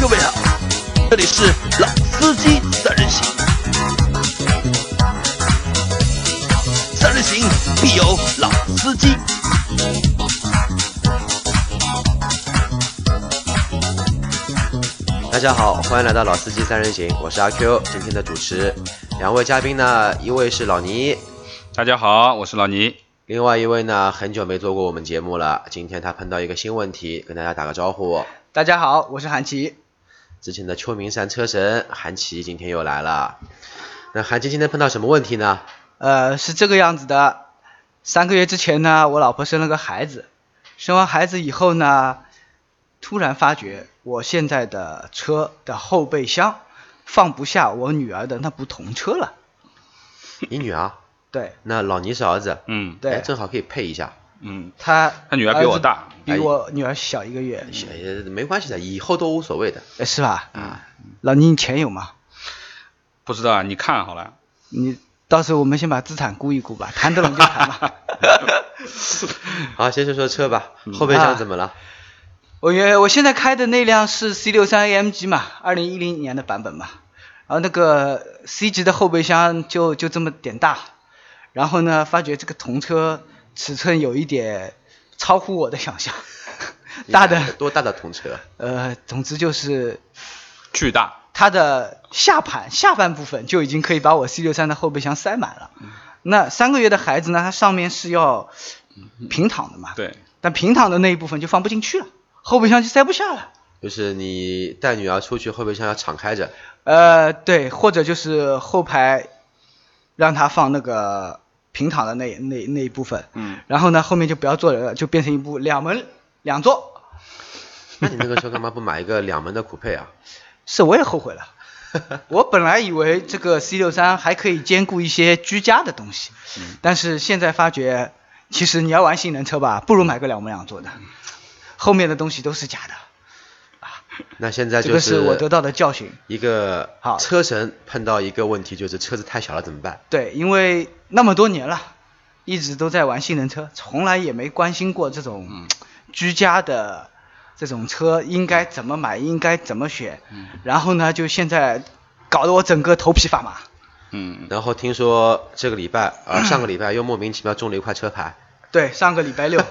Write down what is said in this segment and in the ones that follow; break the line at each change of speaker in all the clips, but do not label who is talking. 各位好，这里是老司机三人行，三人行必有老司机。
大家好，欢迎来到老司机三人行，我是阿 Q，今天的主持。两位嘉宾呢，一位是老倪，
大家好，我是老倪。
另外一位呢，很久没做过我们节目了，今天他碰到一个新问题，跟大家打个招呼。
大家好，我是韩琦。
之前的秋名山车神韩琦今天又来了。那韩琦今天碰到什么问题呢？
呃，是这个样子的。三个月之前呢，我老婆生了个孩子，生完孩子以后呢，突然发觉我现在的车的后备箱放不下我女儿的那部童车了。
你女儿？
对，
那老倪是儿子，
嗯
对
哎正好可以配一下。
嗯，
她
他女儿比我大，哎
比我女儿小一个月，
哎没关系的，以后都无所谓的。
呃是吧？老倪，你钱有吗？
嗯不知道啊，你看好了。
你到时候我们先把资产估一估吧，谈得拢就 谈吧。
好，先说说车吧，
嗯
后备箱怎么
啊
了？
我原我现在开的那辆是 C 六三 AMG 嘛，二零一零年的版本嘛，然后那个 C 级的后备箱就就这么点大，然后呢，发觉这个童车尺寸有一点超乎我的想象， 大的，
多大的童车？
呃，总之就是
巨大，
它的下盘下半部分就已经可以把我 C 六三的后备箱塞满了。那三个月的孩子呢，它上面是要平躺的嘛，
对，
但平躺的那一部分就放不进去了，后备箱就塞不下了。
就是你带女儿出去，后备箱要敞开着。
呃，对，或者就是后排让他放那个平躺的那那那一部分，
嗯，
然后呢后面就不要坐人了，就变成一部两门两座。
那你那个时候干嘛不买一个两门的酷配啊？
是我也后悔了，我本来以为这个 C 六三还可以兼顾一些居家的东西，但是现在发觉，其实你要玩性能车吧，不如买个两门两座的，后面的东西都是假的，
那现在
这
就
个是我得到的教训。
一个
好
车神碰到一个问题，就是车子太小了怎么办？
对，因为那么多年了，一直都在玩性能车，从来也没关心过这种居家的这种车应该怎么买，应该怎么选。然后呢，就现在搞得我整个头皮发麻。
嗯，
然后听说这个礼拜啊，上个礼拜又莫名其妙中了一块车 牌，
对，上个礼拜六，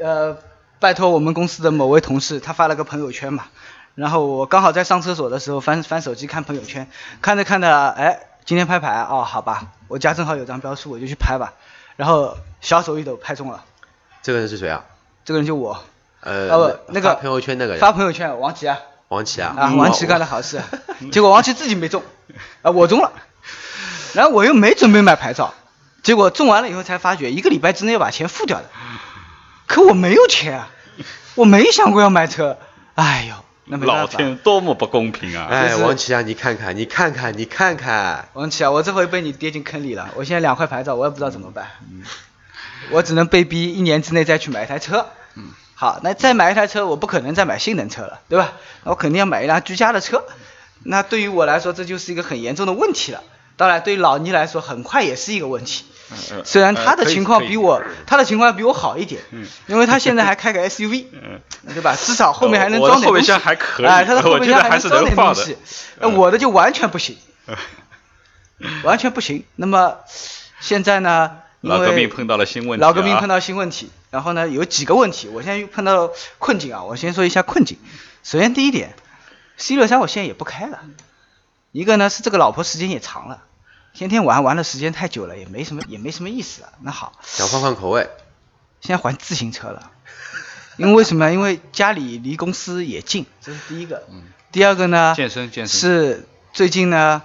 呃，拜托我们公司的某位同事，他发了个朋友圈嘛，然后我刚好在上厕所的时候翻翻手机看朋友圈，看着看着，哎，今天拍牌哦，好吧，我家正好有张标书，我就去拍吧，然后小手一抖拍中了，
这个人是谁啊？
这个人就我。
呃，
啊不，那个
发朋友圈那个人，
发朋友圈，王琦啊，
王琦啊，
啊，
嗯
王琦干了好事， 结果王琦自己没中，啊，我中了，然后我又没准备买牌照，结果中完了以后才发觉，一个礼拜之内要把钱付掉的，可我没有钱啊，我没想过要买车，哎呦，那没
老
办法。
天多么不公平啊！
哎，
就是
王琦啊，你看看，你看看，你看看，
王琦啊，我这回被你跌进坑里了，我现在两块牌照，我也不知道怎么办，嗯我只能被逼一年之内再去买一台车。
嗯
好，那再买一台车，我不可能再买性能车了，对吧？那我肯定要买一辆居家的车。那对于我来说，这就是一个很严重的问题了。当然，对于老倪来说，很快也是一个问题。
呃
虽然他的
呃可以
情况
可以
比我，他的情况比我好一点，因为他现在还开个 SUV，
嗯
对吧？至少后面还能
呃我的
装点
后备
东西
箱还可以
哎，他的后
我
备
觉
箱
得还
能
是
装
能
点
放
东
的嗯
西，呃我的就完全不行。 完全不行。那么现在呢？因为
老革命碰到了新问题啊
老革命碰到新问题，然后呢，有几个问题，我现在又碰到困境啊。我先说一下困境。首先第一点，C 六三我现在也不开了。一个呢是这个老婆时间也长了，天天玩玩的时间太久了，也没什么也没什么意思了。啊那好，
想换换口味，
现在还自行车了，因为为什么？因为家里离公司也近，这是第一个。第二个呢？
嗯健身健身
是最近呢，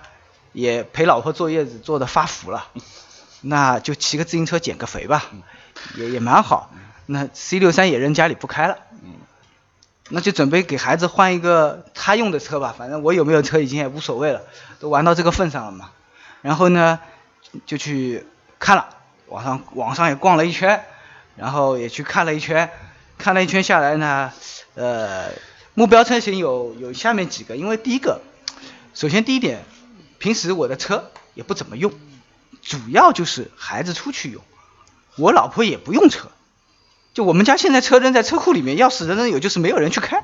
也陪老婆坐月子坐的发福了，
嗯
那就骑个自行车减个肥吧，也也蛮好。
嗯
那 C 六三也扔家里不开了，那就准备给孩子换一个他用的车吧，反正我有没有车已经也无所谓了，都玩到这个份上了嘛。然后呢，就去看了，网上网上也逛了一圈，然后也去看了一圈，看了一圈下来呢，呃，目标车型有有下面几个，因为第一个，首先第一点，平时我的车也不怎么用，主要就是孩子出去用，我老婆也不用车，就我们家现在车扔在车库里面，钥匙扔扔有，就是没有人去开。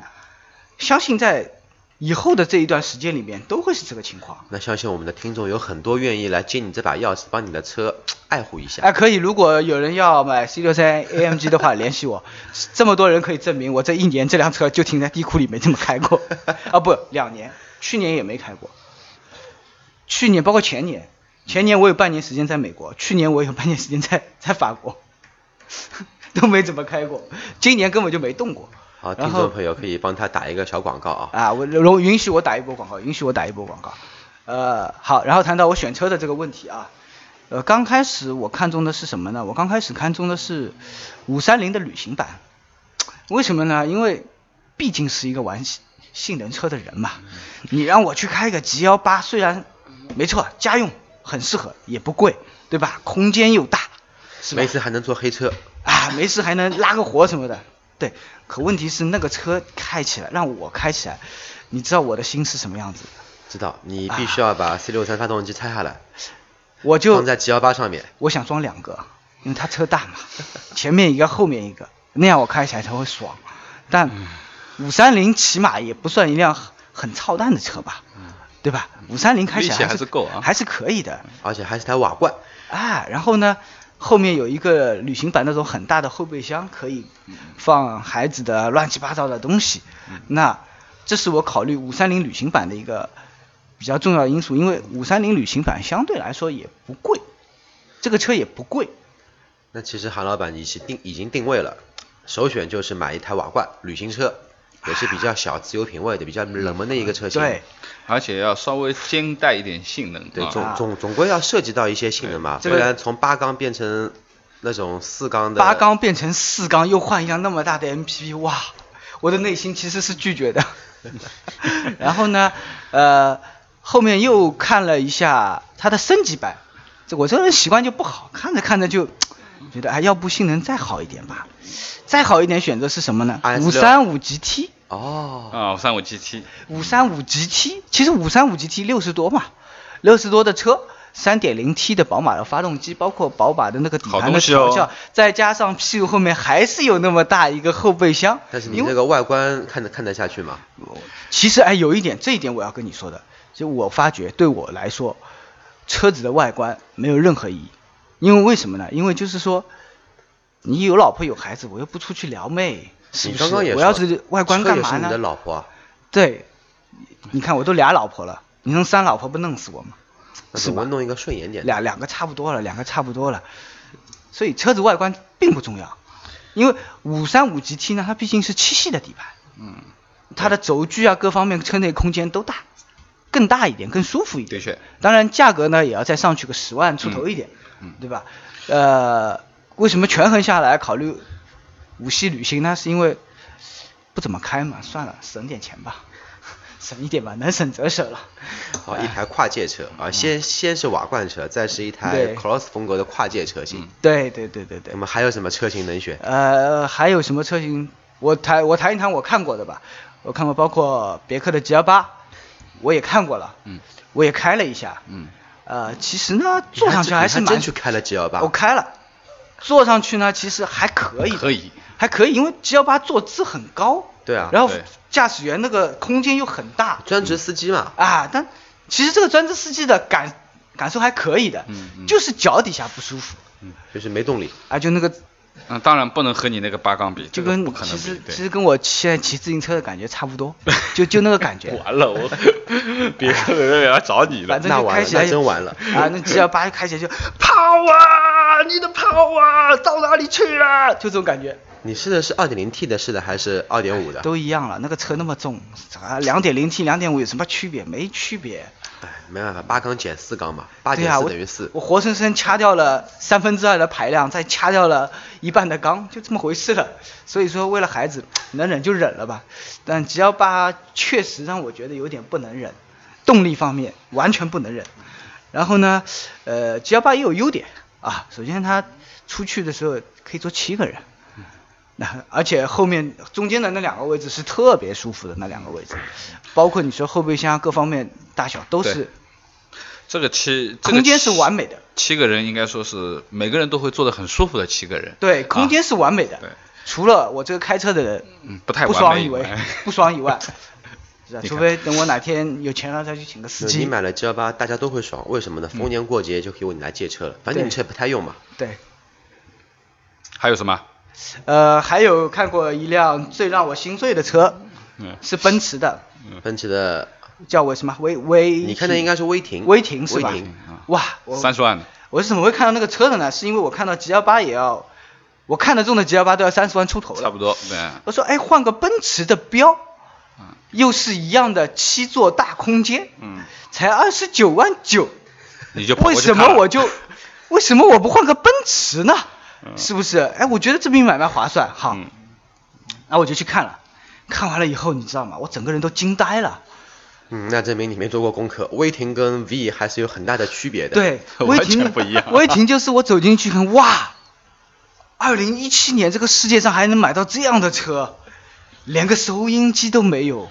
相信在以后的这一段时间里面都会是这个情况。
那相信我们的听众有很多愿意来借你这把钥匙，帮你的车爱护一下。
哎，可以，如果有人要买 C 六三 AMG 的话，联 系我。这么多人可以证明我这一年这辆车就停在地库里没怎么开过，啊不，两年，去年也没开过。去年包括前年，前年我有半年时间在美国，去年我有半年时间在在法国， 都没怎么开过，今年根本就没动过。
好，
然
听
后
众朋友可以帮他打一个小广告啊。
啊，我容允许我打一波广告，允许我打一波广告。呃，好，然后谈到我选车的这个问题啊，呃，刚开始我看中的是什么呢？我刚开始看中的是五三零的旅行版，为什么呢？因为毕竟是一个玩性性能车的人嘛，
嗯
你让我去开个 G 幺八，虽然没错，家用很适合，也不贵，对吧？空间又大，是吧
没事还能坐黑车，
啊，没事还能拉个活什么的。对，可问题是那个车开起来，让我开起来，你知道我的心是什么样子的？
知道你必须要把 C 六三发动机拆下来，
我就
放在 G 幺八上面。
我想装两个，因为它车大嘛， 前面一个，后面一个，那样我开起来才会爽。但
嗯
五三零起码也不算一辆很很操蛋的车吧，对吧？五三零开起来
嗯力气还
还
是够啊
还是可以的。
而且还是台瓦罐，
啊，然后呢，后面有一个旅行版那种很大的后备箱，可以放孩子的乱七八糟的东西。那这是我考虑五三零旅行版的一个比较重要的因素，因为五三零旅行版相对来说也不贵，这个车也不贵。
那其实韩老板已经定已经定位了，首选就是买一台瓦罐旅行车，也是比较小资有品位的，比较冷门的一个车型。
对，
而且要稍微兼带一点性能。
对，
啊
总总总归要涉及到一些性能嘛，
这
不
个
然从八缸变成那种四缸的。
八缸变成四缸，又换一辆那么大的 MPV，哇！我的内心其实是拒 绝的。然后呢，呃，后面又看了一下它的升级版，这我这个人习惯就不好，看着看着就觉得，哎，要不性能再好一点吧。再好一点选择是什么呢？
RS6
五三五 GT，
哦，
啊，三五七七，
五三五 GT，其实五三五 GT 六十多嘛，六十多的车，三点零 T 的宝马的发动机，包括宝马的那个底
好
盘
东
的
西哦
调教，再加上屁股后面还是有那么大一个后备箱。
但是你
因为
这个外观看得看得下去吗？
其实哎，有一点，这一点我要跟你说的，就我发觉对我来说，车子的外观没有任何意义，因为为什么呢？因为就是说，你有老婆有孩子，我又不出去撩妹，是不
你
是？
刚刚也说
我要是外观干
车也
嘛
是你的
呢？
老婆啊，
对，你看我都俩老婆了，你弄三老婆不弄死我吗？
那
是
怎
吧
么？弄一个顺眼点的？
两两个差不多了，两个差不多了，所以车子外观并不重要，因为五三五 GT 呢，它毕竟是七系的底盘，
嗯，
它的轴距啊各方面车内空间都大，更大一点，更舒服一点。
的确，
当然价格呢也要再上去个十万出
嗯
头一点，对吧？呃，为什么权衡下来考虑五系旅行呢？是因为不怎么开嘛，算了，省点钱吧，省一点吧，能省则省了。
好，哦
哎
一台跨界车啊，先先是瓦罐车，再是一台
嗯对嗯
cross 风格的跨界车型。
对对对对对
那。么还有什么车型能选？
呃，还有什么车型？我谈我谈一谈我看过的吧。我看过包括别克的 G 幺八，我也看过了，
嗯
我也开了一下。
嗯，
呃，其实呢，坐上去还是
你真
蛮
去开了 G 幺八
我，开了，坐上去呢其实还可以，
可以，
还可以，因为 G 幺八坐姿很高，
对啊
然后
对
驾驶员那个空间又很大，
专职司机嘛。
啊，但其实这个专职司机的感感受还可以的，
嗯嗯
就是脚底下不舒服
就是没动力，
啊，就那个
嗯，当然不能和你那个八缸比，这
就
个
跟
不可
其
能比
实其
对。
实跟我现在骑自行车的感觉差不多，就就那个感觉。
完了， 我别人要找你了
反。正
那
就
完
开
了，
起来
那真完了。
啊！那 G 幺八开起来就跑啊，你的跑啊，到哪里去了？就这种感觉
你试的是 2.0T 的试的还是2.5的？
都一样了。那个车那么重，啊，两点零 T、两点五有什么区别？没区别。
哎，没办法，八缸减四缸嘛，八
对
减
啊，
四
我
等于四。
我活生生掐掉了三分之二的排量，再掐掉了一半的缸，就这么回事了。所以说，为了孩子，能忍就忍了吧。但 G 幺八确实让我觉得有点不能忍，动力方面完全不能忍。然后呢，呃，G 幺八也有优点啊。首先，它出去的时候可以坐七个人。那而且后面中间的那两个位置是特别舒服的那两个位置，包括你说后备箱各方面大小都
对
是
这个七，这个
空间是
七
完美的，
七个人应该说是每个人都会坐得很舒服的七个人。
对，空间是完美的。
对
除了我这个开车的人，
嗯不太
不
完
爽
美
以
以
外
外，
不爽以外，是吧？啊
你
除
看
非等我哪天有钱了再去请个司
你
机。
买了 G 幺八，大家都会爽，为什么呢？逢年过节就可以为你来借车了，反正你
对
车不太用嘛。
对，
还有什么？
呃，还有看过一辆最让我心碎的车，
嗯
是奔驰的，
奔驰的，
叫我什么威威？
你看的应该是威霆，
威霆是吧？
威霆
啊
哇，我
三十万的，
我是怎么会看到那个车的呢？是因为我看到 G 幺八也要，我看得中的 G 幺八都要三十万出头了。
差不 多，对，啊
我说，哎，换个奔驰的标，又是一样的七座大空间，
嗯，
才二十九万九，
你就跑
为
过去
什
看啊
么
了
我就，为什么我不换个奔驰呢？是不是？哎，我觉得这笔买卖划算，好，
嗯
那我就去看了。看完了以后，你知道吗？我整个人都惊呆了。
嗯，那证明你没做过功课。威霆跟 V 还是有很大的区别的。，
对，
完
威霆
全不一样
威霆就是我走进去看，哇，二零一七年这个世界上还能买到这样的车，连个收音机都没有，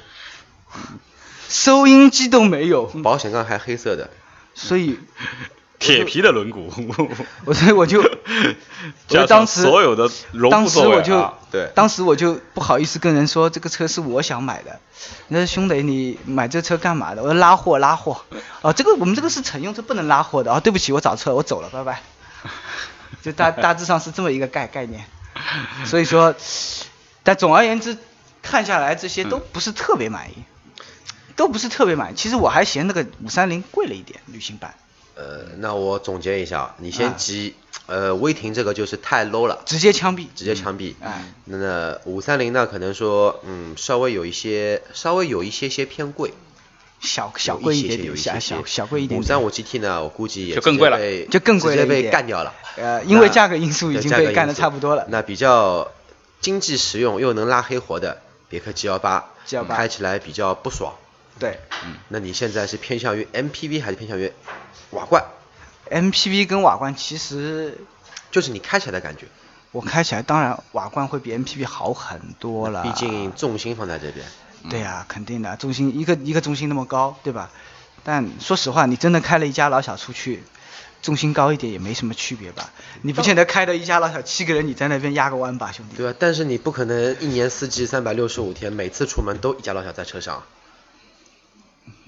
收音机都没有，
保险杠还黑色的，
所以
铁皮的轮毂，
我所以我就，我
加
就
上
当时
所有的绒
当
布
时
座位
我就
啊，
对
当时我就不好意思跟人说这个车是我想买的，那兄弟你买这车干嘛的？我说拉货拉货，哦，这个我们这个是乘用车不能拉货的哦，对不起我找错了，我走了，拜拜。就 大大致上是这么一个概概念，所以说，但总而言之，看下来这些
嗯
都不是特别满意，都不是特别满意。其实我还嫌那个五三零贵了一点，旅行版
呃，那我总结一下啊，你先
啊
急，呃，威霆这个就是太 low 了，
直接枪毙。
直接枪毙。
哎
那那五三零呢，可能说，嗯，稍微有一些，稍微有一些些偏贵，
小小
有一
贵
些
点
些有一
点，小
些
小
些
小贵一点
五
点
三。五 GT 呢，我估计也
就更贵了
直接被
就更贵了
直接
一
被
点
干掉了。
呃因为
那
价格因素已
对
经
价
被
格因
干得
素
差不多了
那比较经济实用又能拉黑活的别克 G 幺八，
918
开起来比较不爽。
对
那你现在是偏向于 MPV 还是偏向于瓦罐？
，MPV 跟瓦罐其实
就是你开起来的感觉，
我开起来，当然瓦罐会比 MPV 好很多了。
毕竟嗯重心放在这边。
对呀、肯定的，重心一个一个重心那么高，对吧？但说实话，你真的开了一家老小出去，重心高一点也没什么区别吧？你不见得开的一家老小七个人，你在那边压个弯吧，兄弟。
对啊，但是你不可能一年四季三百六十五天，每次出门都一家老小在车上，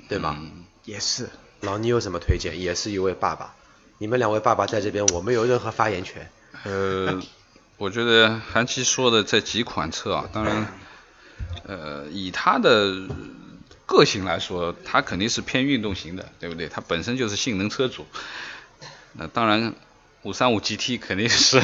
对吧？
也是，
老倪有什么推荐？也是一位爸爸，你们两位爸爸在这边，我没有任何发言权。
呃，我觉得韩琦说的这几款车啊，当然，呃，以它的个性来说，它肯定是偏运动型的，对不对？它本身就是性能车主。那当然，五三五 GT 肯定是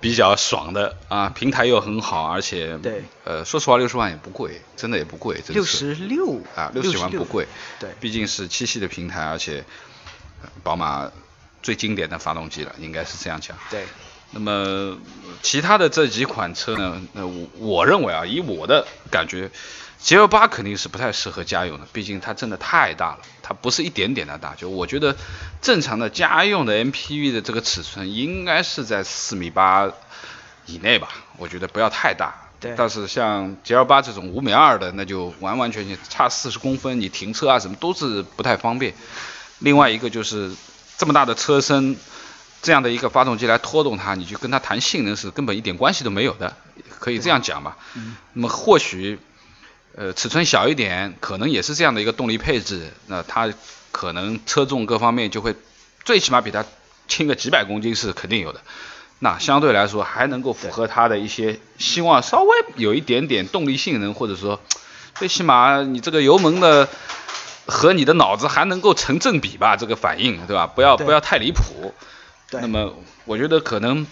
比较爽的啊，平台又很好，而且
对，
呃，说实话，六十万也不贵，真的也不贵，这个
六
车
十六
啊，六十万不贵，
对
毕竟是七系的平台，而且呃宝马最经典的发动机了，应该是这样讲。
对，
那么呃其他的这几款车呢？那我我认为啊，以我的感觉，G 2 8肯定是不太适合家用的，毕竟它真的太大了，它不是一点点的大。就我觉得正常的家用的 MPV 的这个尺寸应该是在四米八以内吧，我觉得不要太大。
对
但是像 G 2 8这种五米二的，那就完完全全差四十公分，你停车啊什么都是不太方便。另外一个就是这么大的车身，这样的一个发动机来拖动它，你就跟它谈性能是根本一点关系都没有的，可以这样讲吧。那么或许，呃，尺寸小一点，可能也是这样的一个动力配置，那它可能车重各方面就会最起码比它轻个几百公斤是肯定有的。那相对来说还能够符合它的一些希望，稍微有一点点动力性能，或者说最起码你这个油门的和你的脑子还能够成正比吧，这个反应对吧？不要
对
不要太离谱。
对
那么我觉得可能，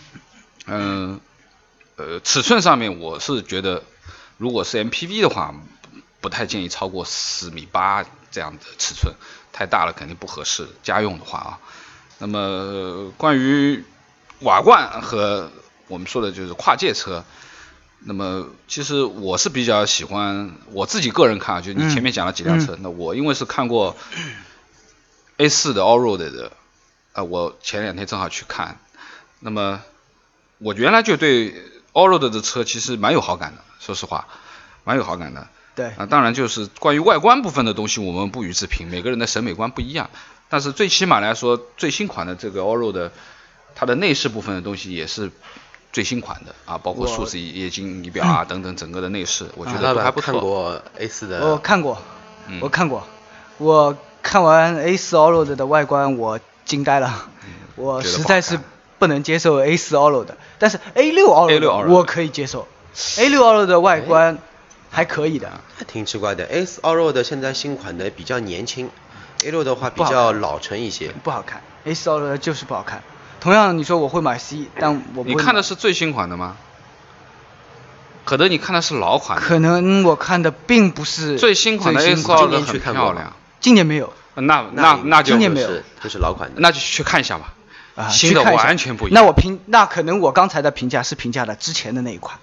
嗯、呃，尺寸上面我是觉得，如果是 MPV 的话，不太建议超过四米八这样的尺寸，太大了肯定不合适。家用的话啊，那么呃关于瓦罐和我们说的就是跨界车。那么其实我是比较喜欢我自己个人看啊，就你前面讲了几辆车，那我因为是看过 A 4的 Allroad 的，啊，我前两天正好去看，那么我原来就对 Allroad 的车其实蛮有好感的，说实话，蛮有好感的。
对
啊，当然就是关于外观部分的东西，我们不予置评，每个人的审美观不一样。但是最起码来说，最新款的这个 Allroad 的它的内饰部分的东西也是最新款的啊，包括
我
数字液晶仪表啊等等整个的内饰，我觉
老
得都还
板
不
看
错。
过 A 4的，
我看过，
嗯
我看过，我看完 A 4 Allroad 的外观，我惊呆了，我
嗯觉得
实
不好
在是不能接受 A 4 Allroad 的，但是 A 6 Allroad
A6
我可以接受，A 6 Allroad 的外观还可以的，
嗯
还挺奇怪的。A 4 Allroad 现在新款的比较年轻，A 6的话比
不好
较
看
老成一些。
不好看，A 4 Allroad 就是不好看。同样，你说我会买 C，但我不
你
会
看的
买
是最新款的吗？可能你看的是老款的，
可能我看的并不是
最新款的 A
最
4
款
今
L
年
很
去看
漂
过
亮呃
吗，
今年没有
那那那就
今年
就
没有
是就是老款的。
那就去看一下吧。
啊，
新
去
的
看一下
完全不一样。
那我评，那可能我刚才的评价是评价了之前的那一款，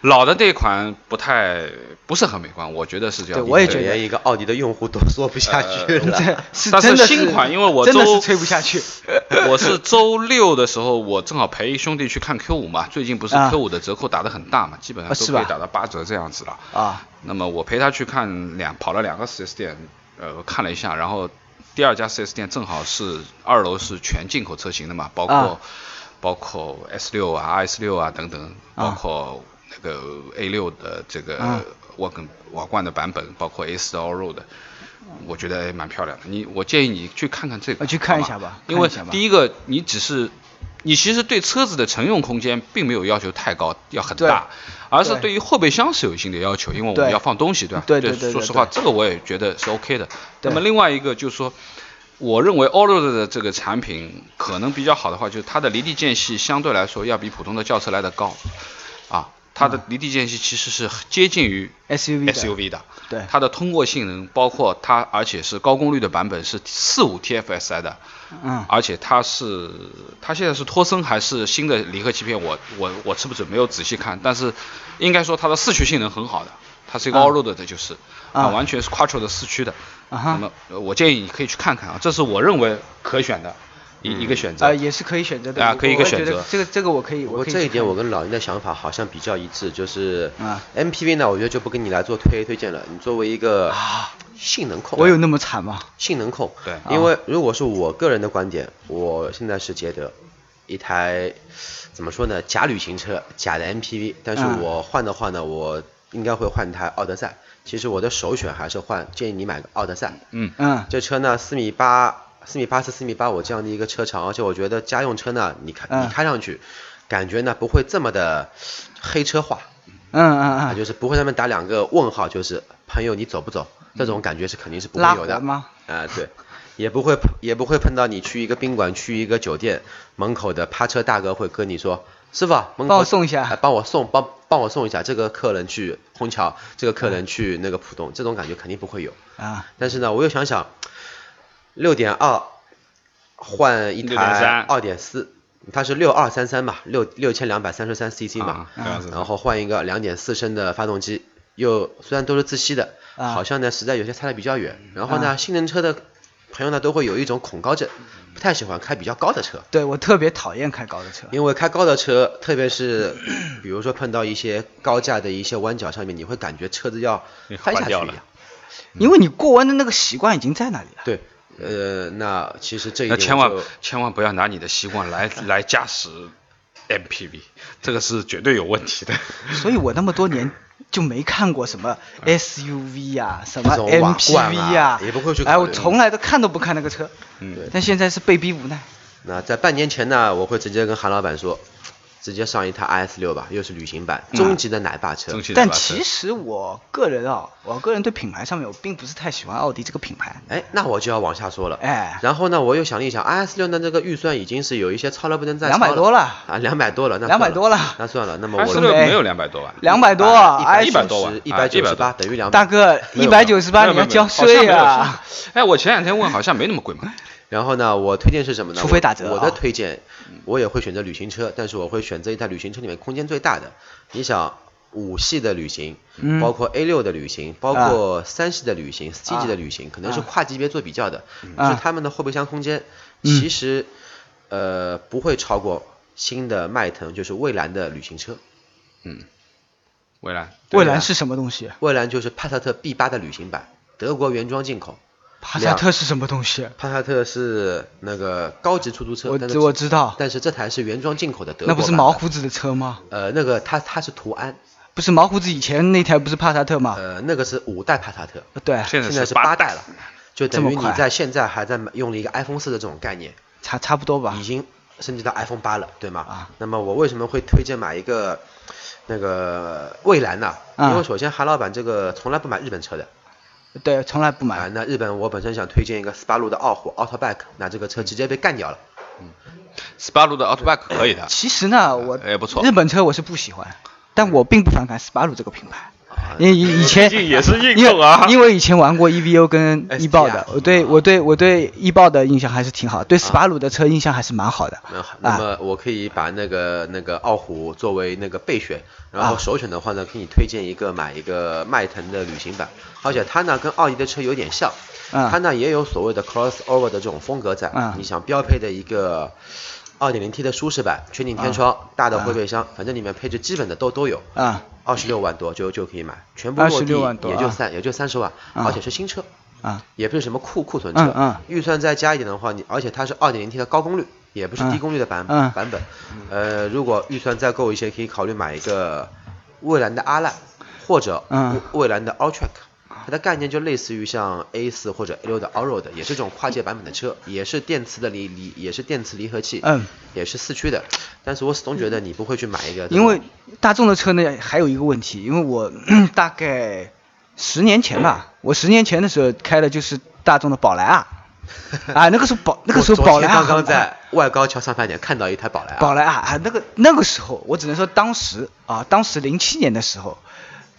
老的那款不太不是很美观，我觉得是这样。
对我也觉得
连一个奥迪的用户都说不下去
这
了。
是
但是
真的
新款因为我
真的
周
是吹不下去。
我是周六的时候，我正好陪兄弟去看 Q 五嘛，最近不是
啊
Q 五的折扣打得很大嘛，基本上
啊
都
是
可以
吧
打到八折这样子了。
啊，
那么我陪他去看两跑了两个 4S 店，呃，看了一下，然后第二家 4S 店正好是二楼是全进口车型的嘛，包括、
啊
包括 S 六啊、RS 六啊等等，包
啊
括那个 A 六的这个
啊
瓦根瓦罐的版本，包括 A 四 Allroad 的。我觉得哎蛮漂亮的，你我建议你去看看这个，
呃去看一
好
下
吗
吧
因为
看一下吧
第一个你只是，你其实对车子的乘用空间并没有要求太高，要很
对
大，而是
对
对于后备箱是有一定的要求，因哦为我们
对
要放东西，对吧？
对对对对
说实话，
对
这个我也觉得是 OK 的。那
对
么另外一个就是说，我认为 Allroad 的这个产品可能比较好的话，就是它的离地间隙相对来说要比普通的轿车来的高，啊，它
嗯
的离地间隙其实是接近于
SUV 的
SUV 的，
对
它的通过性能包括它，而且是高功率的版本是四五 TFSI 的，
嗯
而且它是它现在是托森还是新的离合器片，我我我吃不准，没有仔细看，但是应该说它的四驱性能很好的，它是一个
啊
all road 的，就是
啊
啊，完全是 quattro 的四驱的。
啊
那
哈
么呃我建议你可以去看看啊，这是我认为可选的一、一个选择。
啊，也是可以选择的
啊
我
可以一个
我觉得
选择
这个这个我可以，
不
我
过
可以
这一
去
点
看
我跟老林的想法好像比较一致，就是
啊
MPV 呢，我觉得就不跟你来做推推荐了。你作为一个性能控，
啊
啊
我有那么惨吗？
性能控，
对
因为如果是我个人的观点，我现在是觉得一台怎么说呢，假旅行车，假的 MPV，但是
嗯
我换的话呢，我应该会换一台奥德赛。其实我的首选还是换，建议你买个奥德赛。
嗯，
嗯，
这车呢，四米八、四米八四、四米八五这样的一个车长，而且我觉得家用车呢，你开、
嗯
你开上去，感觉呢不会这么的黑车化，
嗯嗯
啊，
嗯，
就是不会上面打两个问号，就是朋友你走不走，这种感觉是肯定是不
拉
会有的
活吗？
啊、对， 也不会碰也不会碰到你去一个宾馆、去一个酒店门口的趴车大哥会跟你说，师傅门口
帮我送一下
哎帮我送帮帮我送一下，这个客人去虹桥，这个客人去那个浦东，这种感觉肯定不会有。
啊，
但是呢，我又想想，六点二换一台
6.3
二点四，它是六二三三嘛，六六千两百三十三 CC 嘛
啊，
这样子
然后换一个两点四升的发动机，又虽然都是自吸的，
啊
好像呢实在有些差的比较远。然后呢，
啊
性能车的朋友呢都会有一种恐高症，不太喜欢开比较高的车。
对我特别讨厌开高的车，
因为开高的车，特别是比如说碰到一些高架的一些弯角上面，你会感觉车子要
翻
翻下去一
掉
样
了。
因为你过弯的那个习惯已经在那里了。
对，呃，那其实这一
那
点
千万
就
千万不要拿你的习惯来来驾驶 MPV，这个是绝对有问题的。
所以我那么多年就没看过什么
嗯
SUV 呀、啊什么
这种瓦
MPV 呀、
罐啊也不会去考虑嗯
哎，我从来都看都不看那个车。
对
但现在是被逼无奈。
那在半年前呢，我会直接跟韩老板说，直接上一台 IS 六吧，又是旅行版，终极的奶爸车。
中期的
但
吧
其实我个人啊，我个人对品牌上面我并不是太喜欢奥迪这个品牌。
哎，那我就要往下说了。
哎
然后呢，我又想了一想，IS 六呢这个预算已经是有一些超了不能再超
200多了
啊，两百多了，那
200
算了
多了
那算了，那么我
S 六没有两百多万，
两百多啊，哎，
一
100
百
多万
一
啊
百九十
100多
八等于两百。
大哥，
没
一
有
百九十
没
八
有
你要
没有
交税
没有好像
啊！
没有哎，我前两天问，好像没那么贵嘛。
然后呢，我推荐是什么呢？
除非打折啊嗯
我。我的推荐，我也会选择旅行车，但是我会选择一台旅行车里面空间最大的。你想，五系的旅行，
嗯
包括 A 六的旅行，包括三系的旅行、四 G 级的旅行，可能是
啊
跨级别做比较的，
啊
就是他们的后备箱空间，
嗯
其实呃不会超过新的迈腾，就是蔚蓝的旅行车。
嗯，蔚蓝，
蔚蓝是什么东西？
蔚蓝就是帕萨特 B 八的旅行版，德国原装进口。
帕萨
两
特是什么东西？
帕萨特是那个高级出租车，
我
但
知
是
我知道
但是这台是原装进口的德国
啊那
版
不
本，
是毛胡子的车吗？
呃，那个它它是途安，
不是毛胡子以前那台不是帕萨特吗？
呃，那个是五代帕萨特，
对，
现在
现在
是
是
八
八
代
代了，就
这
等
么
于你
快
在现在还在买用了一个 iPhone 四的这种概念，
差差不多吧
已。经升级到 iPhone 八了，对吗？
啊
那么我为什么会推荐买一个那个蔚蓝呢？
啊
因为首先韩老板这个从来不买日本车的
对，从来不
啊
买。。
那日本我本身想推荐一个斯巴鲁的傲虎 Outback，那这个车直接被干掉了。
斯巴鲁的 Outback 可以的，
其实
啊
呢，我
哎不错
日本车我是不喜欢，但我并不反感斯巴鲁这个品牌，
啊
因为以以前
毕竟也是运
因
动啊
为。因为以前玩过 EVO 跟
SDR
易豹的，我对我对我对易豹的印象还是挺好，对斯巴鲁的车印象还是蛮好的
啊那好，那
啊。
么我可以把那个那个傲虎作为那个备选，然后
啊
首选的话呢，给你推荐一个买一个迈腾的旅行版，而且它呢跟奥迪的车有点像，
嗯
它呢也有所谓的 crossover 的这种风格在，
嗯
你想标配的一个 2.0T 的舒适版，全景天窗、
嗯
大的后备箱，反正里面配置基本的都都有，
啊
二十六万多就就可以买，全部落地
26万多
也就
啊
三也就三十万，
啊
而且是新车。
啊
也不是什么库库存车，
嗯嗯
预算再加一点的话，你而且它是二点零 T 的高功率，也不是低功率的版、
嗯嗯
版本，呃，如果预算再够一些，可以考虑买一个蔚蓝的阿赖，或者
嗯
蔚蔚蓝的 Alltrack，它的概念就类似于像 A 四或者 A 六的 Allroad，也是这种跨界版本的车，也是电磁的离离，也是电磁离合器，
嗯，
也是四驱的，但是我始终觉得你不会去买一个这种，
因为大众的车呢，还有一个问题，因为我 大概十年前吧，我十年前的时候开的就是大众的宝 来啊，啊，那个时候宝那个时
我
候
昨
宝来
天
啊
刚刚
很快
在外高桥上饭店看到一台宝来啊，
宝来啊啊，那个那个时候，我只能说当时啊，当时零七年的时候，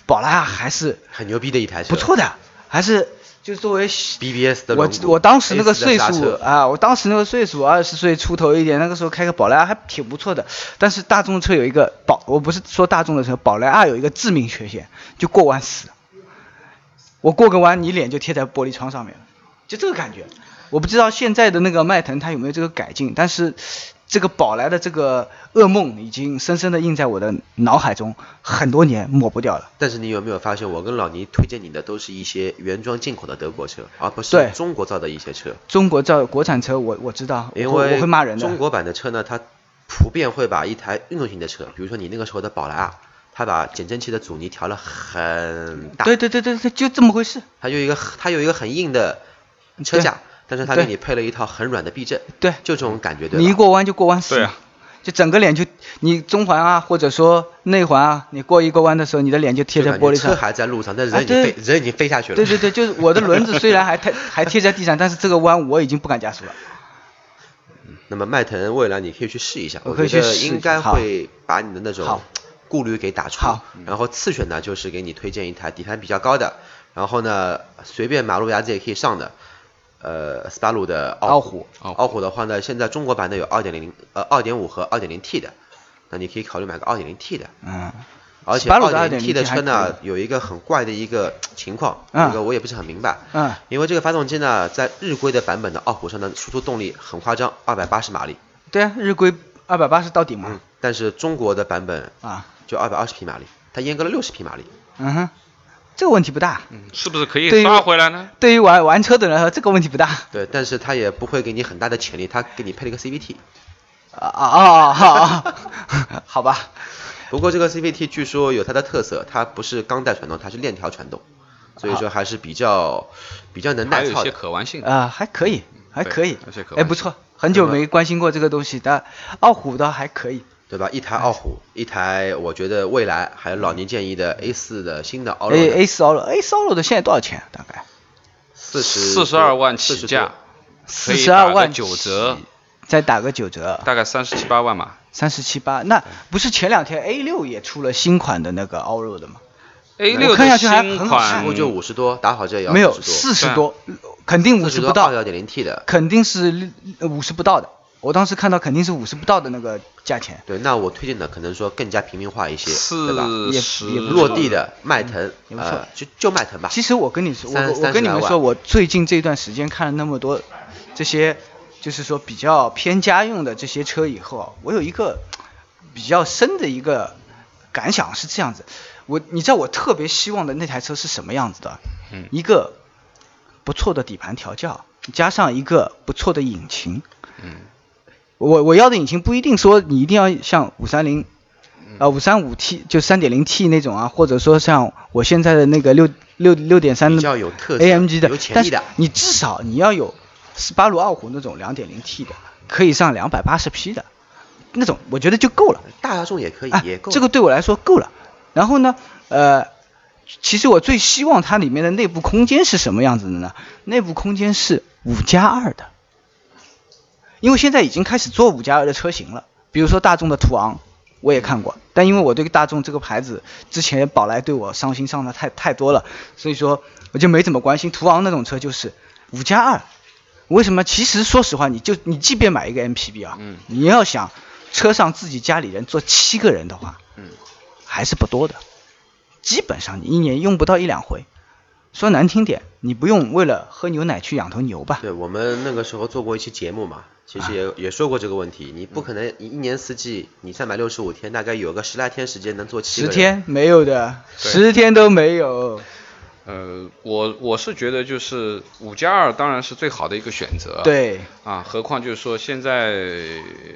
宝来啊还是
很牛逼的一台车，
不错的，还是就作为
BBS 的哎
我
轮毂
我当时那个
A4 的
岁
刹
数
车
啊，我当时那个岁数二十岁出头一点，那个时候开个宝来啊还挺不错的。但是大众车有一个宝，我不是说大众的车，宝来二有一个致命缺陷，就过弯死。我过个弯，你脸就贴在玻璃窗上面了，就这个感觉。我不知道现在的那个迈腾它有没有这个改进，但是这个宝来的这个噩梦已经深深的印在我的脑海中很多年，抹不掉了。
但是你有没有发现，我跟老倪推荐你的都是一些原装进口的德国车，而不是
对
中国造的一些车？
中国造国产车我，我知道，
因
我会我
为
会骂人的。
中国版的车呢，它普遍会把一台运动型的车，比如说你那个时候的宝来啊，它把减震器的阻尼调了很大，
对对对对对，就这么回事。
它有一个它有一个很硬的车架
对，
但是它给
对
你配了一套很软的避震，
对
就这种感觉，对吧？
你一过弯就过弯死，
对啊，
就整个脸就你中环啊，或者说内环啊，你过一个弯的时候，你的脸就贴
就
在
感觉
玻璃
车
上。
还在路上，但
哎
人已经
对
飞、人已经飞下去了。
对对对，就是我的轮子虽然还 贴还贴在地上，但是这个弯我已经不敢加速了。
那么迈腾未来你可以去试一下，
我
我
可以
觉
去
得
试一
应
下
该
好
会把你的那种
好
顾虑给打除
好。
然后次选呢，就是给你推荐一台底盘比较高的，然后呢随便马路牙子也可以上的，呃，斯巴鲁的
傲
虎
虎。
傲虎
傲虎的话呢，现在中国版的有2.0呃2.5和2.0 T 的，那你可以考虑买个2.0 T 的。
嗯，
而且
斯巴鲁
2.0
的
T 的
2.0T
车
还
呢
可，
有一个很怪的一个情况，
嗯
这个我也不是很明白。
嗯
因为这个发动机呢，在日规的版本的傲虎上呢，输出动力很夸张，280马力。
对啊，日规二百八十到顶嘛
嗯。，但是中国的版本
啊，
就二百二十匹马力，它阉割了六十匹马力。
嗯哼，这个问题不大。
嗯是不是可以
对于
拉回来呢？
对于玩玩车的人来说，这个问题不大。
对，但是它也不会给你很大的潜力，它给你配了一个 CVT。
啊啊啊啊！啊 好吧，
不过这个 CVT 据说有它的特色，它不是钢带传动，它是链条传动，所以说还是比较比较能
还
耐
有一
操
些
的。
可玩性。
啊，还可以，还
嗯对
可以
而且可，
哎，
玩
不
性
错，很久
那么
没关心过这个东西，但傲虎倒还可以。
对吧？一台傲虎，一台我觉得未来还有老倪建议的 A 4的新的 a
A A
u
骚 o A s o 的现在多少钱？大概
四十
42万起价，可
四
以
十
打
二
个
万
九折
起，，再打个九折，
大概三十七八万嘛。
三十七八。那不是前两天 A 六也出了新款的那个 Allroad 吗？
A
我
六
看
的
下去还
新
很好
款
几乎就五十多，打好折也要
嗯没有，
四
四十多，肯定五
十
十
多
不
到
到，
幺点零 T 的。
肯定是五十不到的。我当时看到肯定是五十不到的那个价钱。
对，那我推荐的可能说更加平民化一些，对吧？
四十
嗯也不嗯
落地的迈腾，
也不错
呃，就就迈腾吧。
其实我跟你说，
三
我
三
我
十
跟你
来
们说，
万
我最近这段时间看了那么多这些，就是说比较偏家用的这些车以后，啊，我有一个比较深的一个感想是这样子，我你知道我特别希望的那台车是什么样子的？
嗯
一个不错的底盘调教，加上一个不错的引擎。
嗯
我我要的引擎不一定说你一定要像五三零
嗯
呃，五三五 T 就三点零 T 那种啊，或者说像我现在的那个六六六点三
比较有特色
AMG 的
有，潜
但
力
是
的
你至少你要有斯巴鲁傲虎那种两点零 T 的，可以上两百八十匹的那种，我觉得就够了。
大众也可以
啊，，
也够了。
这个对我来说够了。然后呢，呃，其实我最希望它里面的内部空间是什么样子的呢？内部空间是五加二的，因为现在已经开始做五加二的车型了，比如说大众的途昂。我也看过，但因为我对大众这个牌子之前宝来对我伤心伤的太太多了，所以说我就没怎么关心。途昂那种车就是五加二，为什么？其实说实话，你就你即便买一个 MPV 啊，
嗯
你要想车上自己家里人坐七个人的话，
嗯，
还是不多的，基本上你一年用不到一两回。说难听点，你不用为了喝牛奶去养头牛吧？
对我们那个时候做过一期节目嘛，其实也、
啊
也说过这个问题，你不可能
嗯
一一年四季，你三百六十五天，大概有个十来天时间能做七
十
个人
天没有的，十天都没有。
呃，我我是觉得就是五加二当然是最好的一个选择。。
对，
啊，何况就是说现在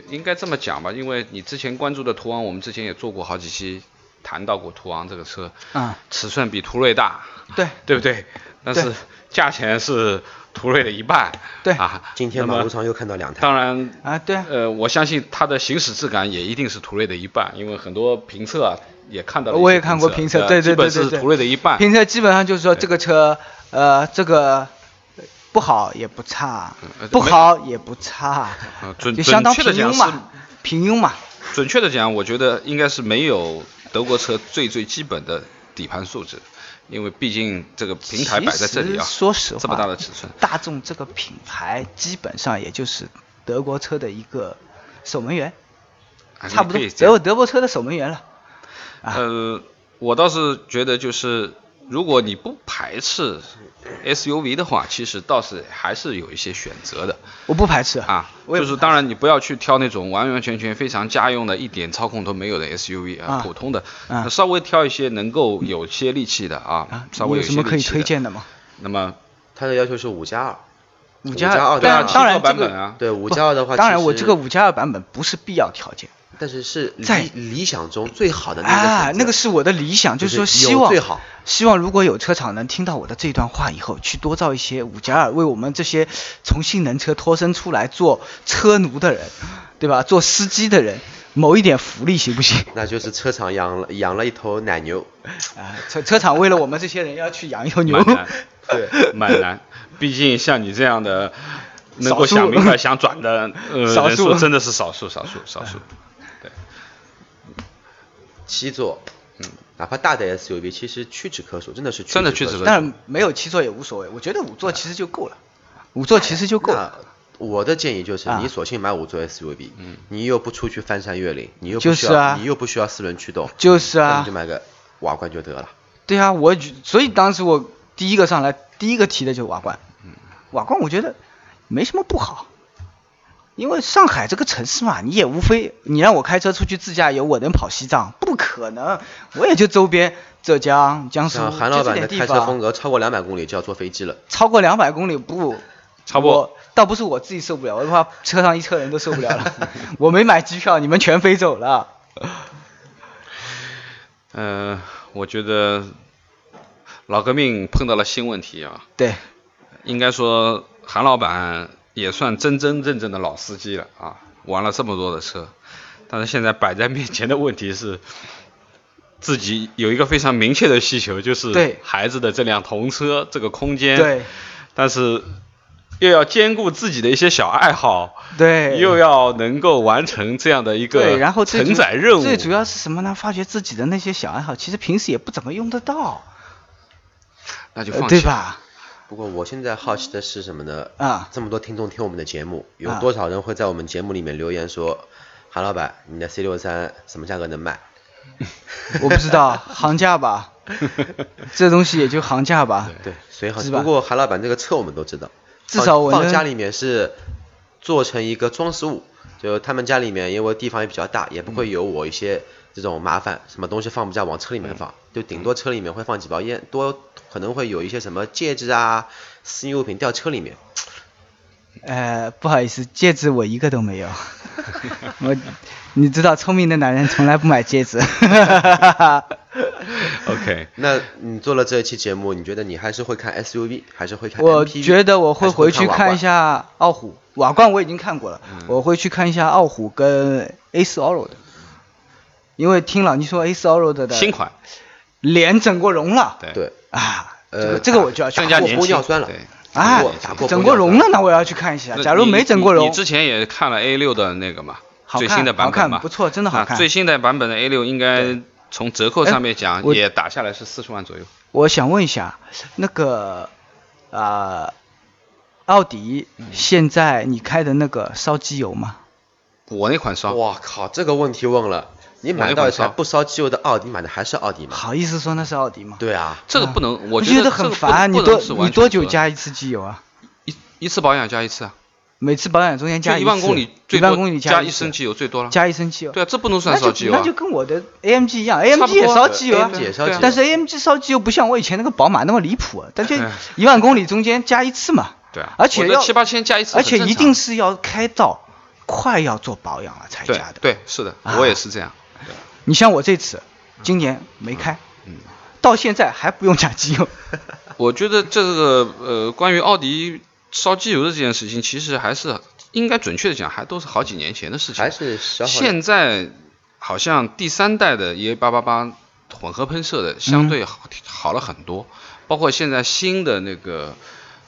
应该这么讲吧，因为你之前关注的途昂，我们之前也做过好几期谈到过途昂这个车，
啊、
尺寸比途锐大，
对，
对不对？但是价钱是途锐的一半。
对
啊，
今天
那么
马路上又看到两台，
当然
啊对啊
呃，我相信它的行驶质感也一定是途锐的一半，因为很多评测啊也看到了一些测，
我也看过评测，对
基
对对
本
对
是
对，
途锐的一半。
评测基本上就是说这个车，呃，这个呃不好也不差
呃，
不
没
好也不差
呃，准
就相当
准
平
确地讲
庸嘛，平庸嘛。
准确的讲，我觉得应该是没有德国车最最基本的底盘素质，因为毕竟这个平台摆在这里啊，
其实说实话，
这么大的尺寸，
大众这个品牌基本上也就是德国车的一个守门员，
啊
差不
你
多
可以这样
德德国车的守门员了。啊
呃，我倒是觉得就是，如果你不排斥 SUV 的话，其实倒是还是有一些选择的。
我不排斥
啊，
我也
就
不
是
排
当然你不要去挑那种完完全全非常家用的，一点操控都没有的 SUV 啊，
啊
普通的，
啊
那稍微挑一些能够有些力气的啊，
啊，
稍
你
微
有
些
什么可以
力气
推荐的吗？
那么
他的要求是五加二，
五
加
加二，
二
对啊，
当然
七
当
座
然这
版本
个
啊，
对五
不
加二的话，
当然
其
我
实
这个五加二版本不是必要条件。
但是是理
在
理想中最好的那个
啊
选，择
那个是我的理想，
就是
说
是
希
有
望
最好
希望如果有车厂能听到我的这段话以后，去多造一些五加二，为我们这些从性能车脱身出来做车奴的人，对吧？做司机的人，谋一点福利行不行？
那就是车厂养了养了一头奶牛，
啊，车车厂为了我们这些人要去养一头牛
蛮， 难，
对，
蛮难，毕竟像你这样的。能够
少数
想明白、想转的，呃，
少
人
数
数真的是少数、少数、少 数。
七座，嗯，哪怕大的 SUV，其实屈指可数，真的是屈
真的屈
指
指可数
但没有七座也无所谓，我觉得五座其实就够了，五座其实就够了。
那我的建议就是
啊，
你索性买五座 SUV，、你
嗯
又不出去翻山越岭，你又不需要，
就是啊
你又不需要四轮驱动，
就是
那
啊
你就，买个瓦罐就得了。
对啊，我觉所以当时我第一个上来，第一个提的就是瓦罐。
嗯
瓦罐我觉得没什么不好，因为上海这个城市嘛，你也无非你让我开车出去自驾游，我能跑西藏？不可能，我也就周边浙江、江苏
啊像韩
就啊
老
这
板
点
的
地
开车风
方，
格，超过两百公里就要坐飞机了。
超过两百公里不。
超过
我倒不是我自己受不了，我怕车上一车人都受不了了。 我没买机票，你们全飞走了。
呃，我觉得老革命碰到了新问题啊，
对，
应该说韩老板也算真真正正的老司机了啊，玩了这么多的车，但是现在摆在面前的问题是，自己有一个非常明确的需求，就是
对
孩子的这辆童车这个空
嗯
间，
对，
但是又要兼顾自己的一些小爱好，
对，
又要能够完成这样的一个
对，然后最主
承载任务，
最主要是什么呢？发掘自己的那些小爱好，其实平时也不怎么用得到，
那就
呃
放弃
对
了？
吧？
不过我现在好奇的是什么呢？
啊
这么多听众听我们的节目，有
啊
多少人会在我们节目里面留言说，韩老板，你的 C 六三什么价格能卖？
我不知道，行 价吧，这东西也就行价吧。
对，所以好
是吧
不过韩老板这个车我们都知道，
至少
放
我
放
能
家里面是做成一个装饰物，就他们家里面因为地方也比较大，也不会有我一些这种麻烦，什么东西放不下往车里面放，
嗯
就顶多车里面会放几包烟，多可能会有一些什么戒指啊、私密物品掉车里面。
呃，不好意思，戒指我一个都没 有。我，你知道，聪明的男人从来不买 戒指。
OK，
那你做了这一期节目，你觉得你还是会看 SUV，还是会看 MPV？
我觉得我
还
会
是
回
看
去
嗯
看一下傲虎，瓦罐我已经看过了，我会去看一下傲虎跟 A 4 Allroad，因为听老倪说 A 4 Allroad 的
新款，
脸整过容了，
对
瓦罐。对，
啊，这
呃
个这个我就要去
打
更加
过
年
玻
轻
尿酸了
对，
啊
打过打，过
整
玻
过
尿
容
酸
了，那我要去看一下。
那
假如
你
没整过
你
容
你，之前也看了 A 六的那个嘛，
好
最
看
新的版
好
本
看
嘛，
不错真的好
啊
看
最新的版本的 A 六应该从折扣上面
哎
讲
我
也打下来是四十万左右。
我想问一下，那个啊、奥迪
嗯
现在你开的那个烧机油吗？
我那款烧，
哇靠，这个问题问了，你买
我那
到
款
一台
车
不烧机油的奥迪，买的还是奥迪吗？
好意思说那是奥迪吗？，
对啊，
这个不能，我
觉
得这
很
个不
烦。啊
能
你
不能
多
是
你
完
多
全
久
折
加一次机油啊？
一一次保养加一次啊？
每次保养中间加
就
一
一万
次
公里，最
一万
多
公里
加
一
一
次
升机油最多了。
加一升机油。
对啊，这不能
那
算
就
烧机油
那
啊
就。跟我的 AMG 一样
差
，AMG
不多
也烧机油啊
AMG 也烧
对
机
啊
油
但是 AMG 烧机油不像我以前那个宝马那么离谱啊， 它就一万公里中间加一次嘛。
对啊
而且
我的
要
七八千加一次很
而且
正
一
常
定是要开到快要做保养了才
对
加的。，
对，是的，
啊
我也是这样。
你像我这次，今年没开，
嗯，
到现在还不用加 机油。啊
我觉得这个呃，关于奥迪烧机油的这件事情，其实还是应该准确的讲，还都是好几年前的事情。
还是小好
现在好像第三代的 EA 八八八混合喷
嗯
射的相对好、好了很多，包括现在新的那个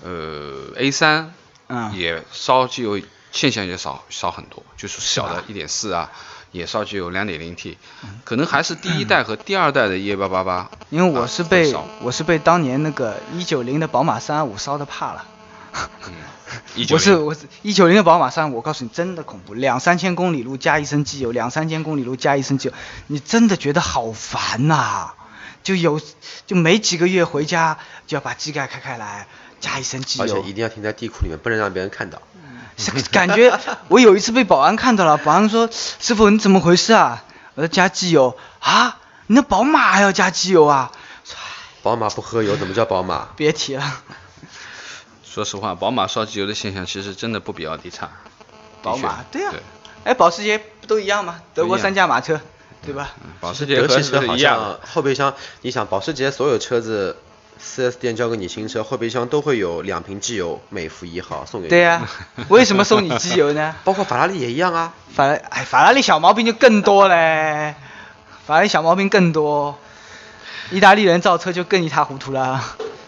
呃 A 三
啊
嗯
也烧机油现象也少少很多，就是小的一点四啊。也烧机油两点零 T，可
嗯
能还是第一代 和第二代的 EA 八八八，
因为我是被、
啊会烧
我是被当年那个一九零的宝马三五烧的怕了。
190
我是我是一九零的宝马三，我告诉你真的恐怖，两三千公里路加一升机油，两三千公里路加一升机油，你真的觉得好烦呐、就有就没几个月回家就要把机盖开开来，加一升机
而且
油
一，定要停在地库里面，不能让别人看到。
是感觉我有一次被保安看到了，保安说：“师傅你怎么回事啊？”我说：“加机油啊，你那宝马还要加机油啊？”说哎
宝马不喝油怎么叫宝马？
别提了，
说实话，宝马烧机油的现象其实真的不比奥迪差。
宝马
的确
对呀、
对
哎，保时捷不都一样吗？德国三驾马车，对吧？
嗯保时捷
德
和
系
是
车好
一样，
啊
像后备箱，你想保时捷所有车子，4S 店交给你新车，后备箱都会有两瓶机油，美孚一号送给你。
对呀、为什么送你机油呢？
包括法拉利也一样啊。
法拉哎，法拉利小毛病就更多嘞，法拉利小毛病更多，意大利人造车就更一塌糊涂了。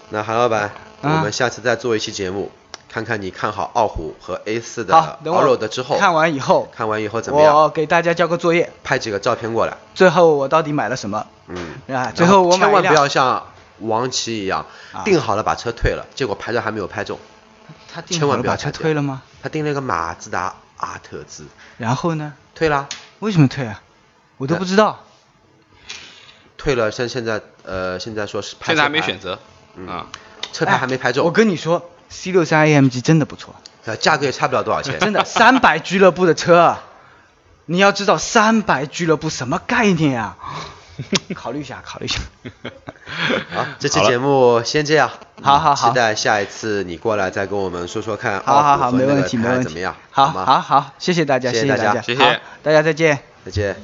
那韩老板，
啊
我们下次再做一期节目，看看你看好傲虎和 A 4的
好，等
Allroad
我
之后，
看完以后，
看完以后怎么样？
我给大家交个作业，
拍几个照片过来。
最后我到底买了什么？
嗯，
啊，最
然后
后我买
千
一
万
辆
不要像王琦一样
啊，
定好了把车退了，结果牌照还没有拍中。
他定
千
好
万
了
不要
把车
参加
推了吗？
他订了个马自达阿特兹，
然后呢？
退啦，
为什么退啊？我都不知道。
退了。像现在呃，现在说是拍
现在还
车
没
牌
选，择。
嗯
啊，
车牌还没拍中，
哎我跟你说，C 6 3 AMG 真的不错，
呃价格也差不了多少钱，
真的三百俱乐部的车啊，你要知道三百俱乐部什么概念 啊？考虑一下，考虑一 下。
好，这期节目先这样，
啊好好好
期待下一次你过来再跟我们说说看，哦
好好好，没问题，没问题。
怎么样？
好
吗
好，好，谢谢大家，
谢谢
谢
大家
大家，
谢谢
好大家再见。
再见。